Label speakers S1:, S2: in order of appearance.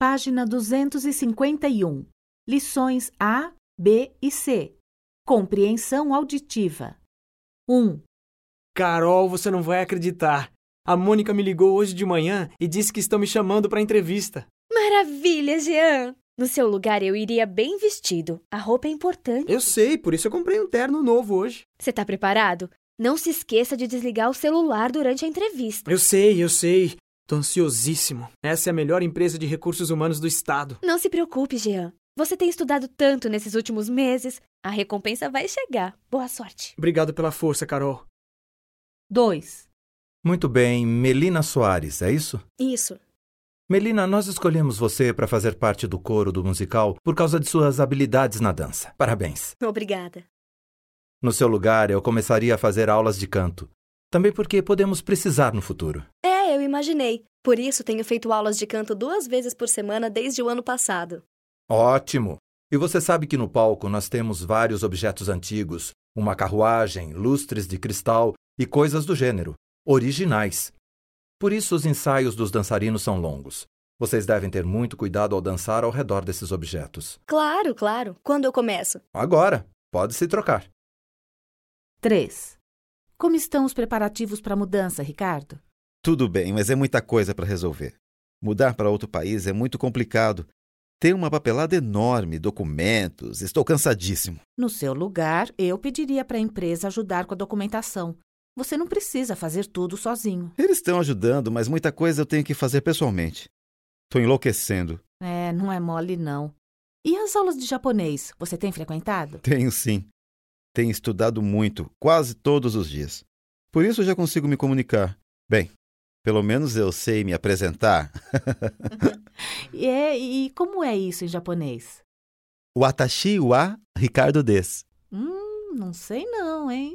S1: Página 251. Lições A, B e C. Compreensão auditiva. 1,
S2: Carol, você não vai acreditar. A Mônica me ligou hoje de manhã e disse que estão me chamando para entrevista.
S3: Maravilha, Jean! No seu lugar, eu iria bem vestido. A roupa é importante.
S2: Eu sei, por isso eu comprei um terno novo hoje.
S3: Você tá preparado? Não se esqueça de desligar o celular durante a entrevista.
S2: Eu sei, eu sei. Tô ansiosíssimo. Essa é a melhor empresa de recursos humanos do estado.
S3: Não se preocupe, Jean. Você tem estudado tanto nesses últimos meses. A recompensa vai chegar. Boa sorte.
S2: Obrigado pela força, Carol.
S1: 2,
S4: Muito bem, Melina Soares, é isso?
S3: Isso.
S4: Melina, nós escolhemos você para fazer parte do coro do musical por causa de suas habilidades na dança. Parabéns.
S3: Obrigada.
S4: No seu lugar, eu começaria a fazer aulas de canto. Também porque podemos precisar no futuro.
S5: É, eu imaginei. Por isso tenho feito aulas de canto duas vezes por semana desde o ano passado.
S4: Ótimo! E você sabe que no palco nós temos vários objetos antigos, uma carruagem, lustres de cristal e coisas do gênero, originais. Por isso os ensaios dos dançarinos são longos. Vocês devem ter muito cuidado ao dançar ao redor desses objetos.
S5: Claro, claro. Quando eu começo?
S4: Agora, pode se trocar.
S1: 3. Como estão os preparativos para a mudança, Ricardo?
S6: Tudo bem, mas é muita coisa para resolver. Mudar para outro país é muito complicado. Tem uma papelada enorme, documentos, estou cansadíssimo.
S1: No seu lugar, eu pediria para a empresa ajudar com a documentação. Você não precisa fazer tudo sozinho.
S6: Eles estão ajudando, mas muita coisa eu tenho que fazer pessoalmente. Estou enlouquecendo.
S1: É, não é mole, não. E as aulas de japonês, você tem frequentado?
S6: Tenho sim. Tenho estudado muito, quase todos os dias. Por isso já consigo me comunicar. Bem, pelo menos eu sei me apresentar.
S1: E É, e como é isso em japonês?
S6: Watashi wa Ricardo Des.
S1: Hum, não sei não, hein?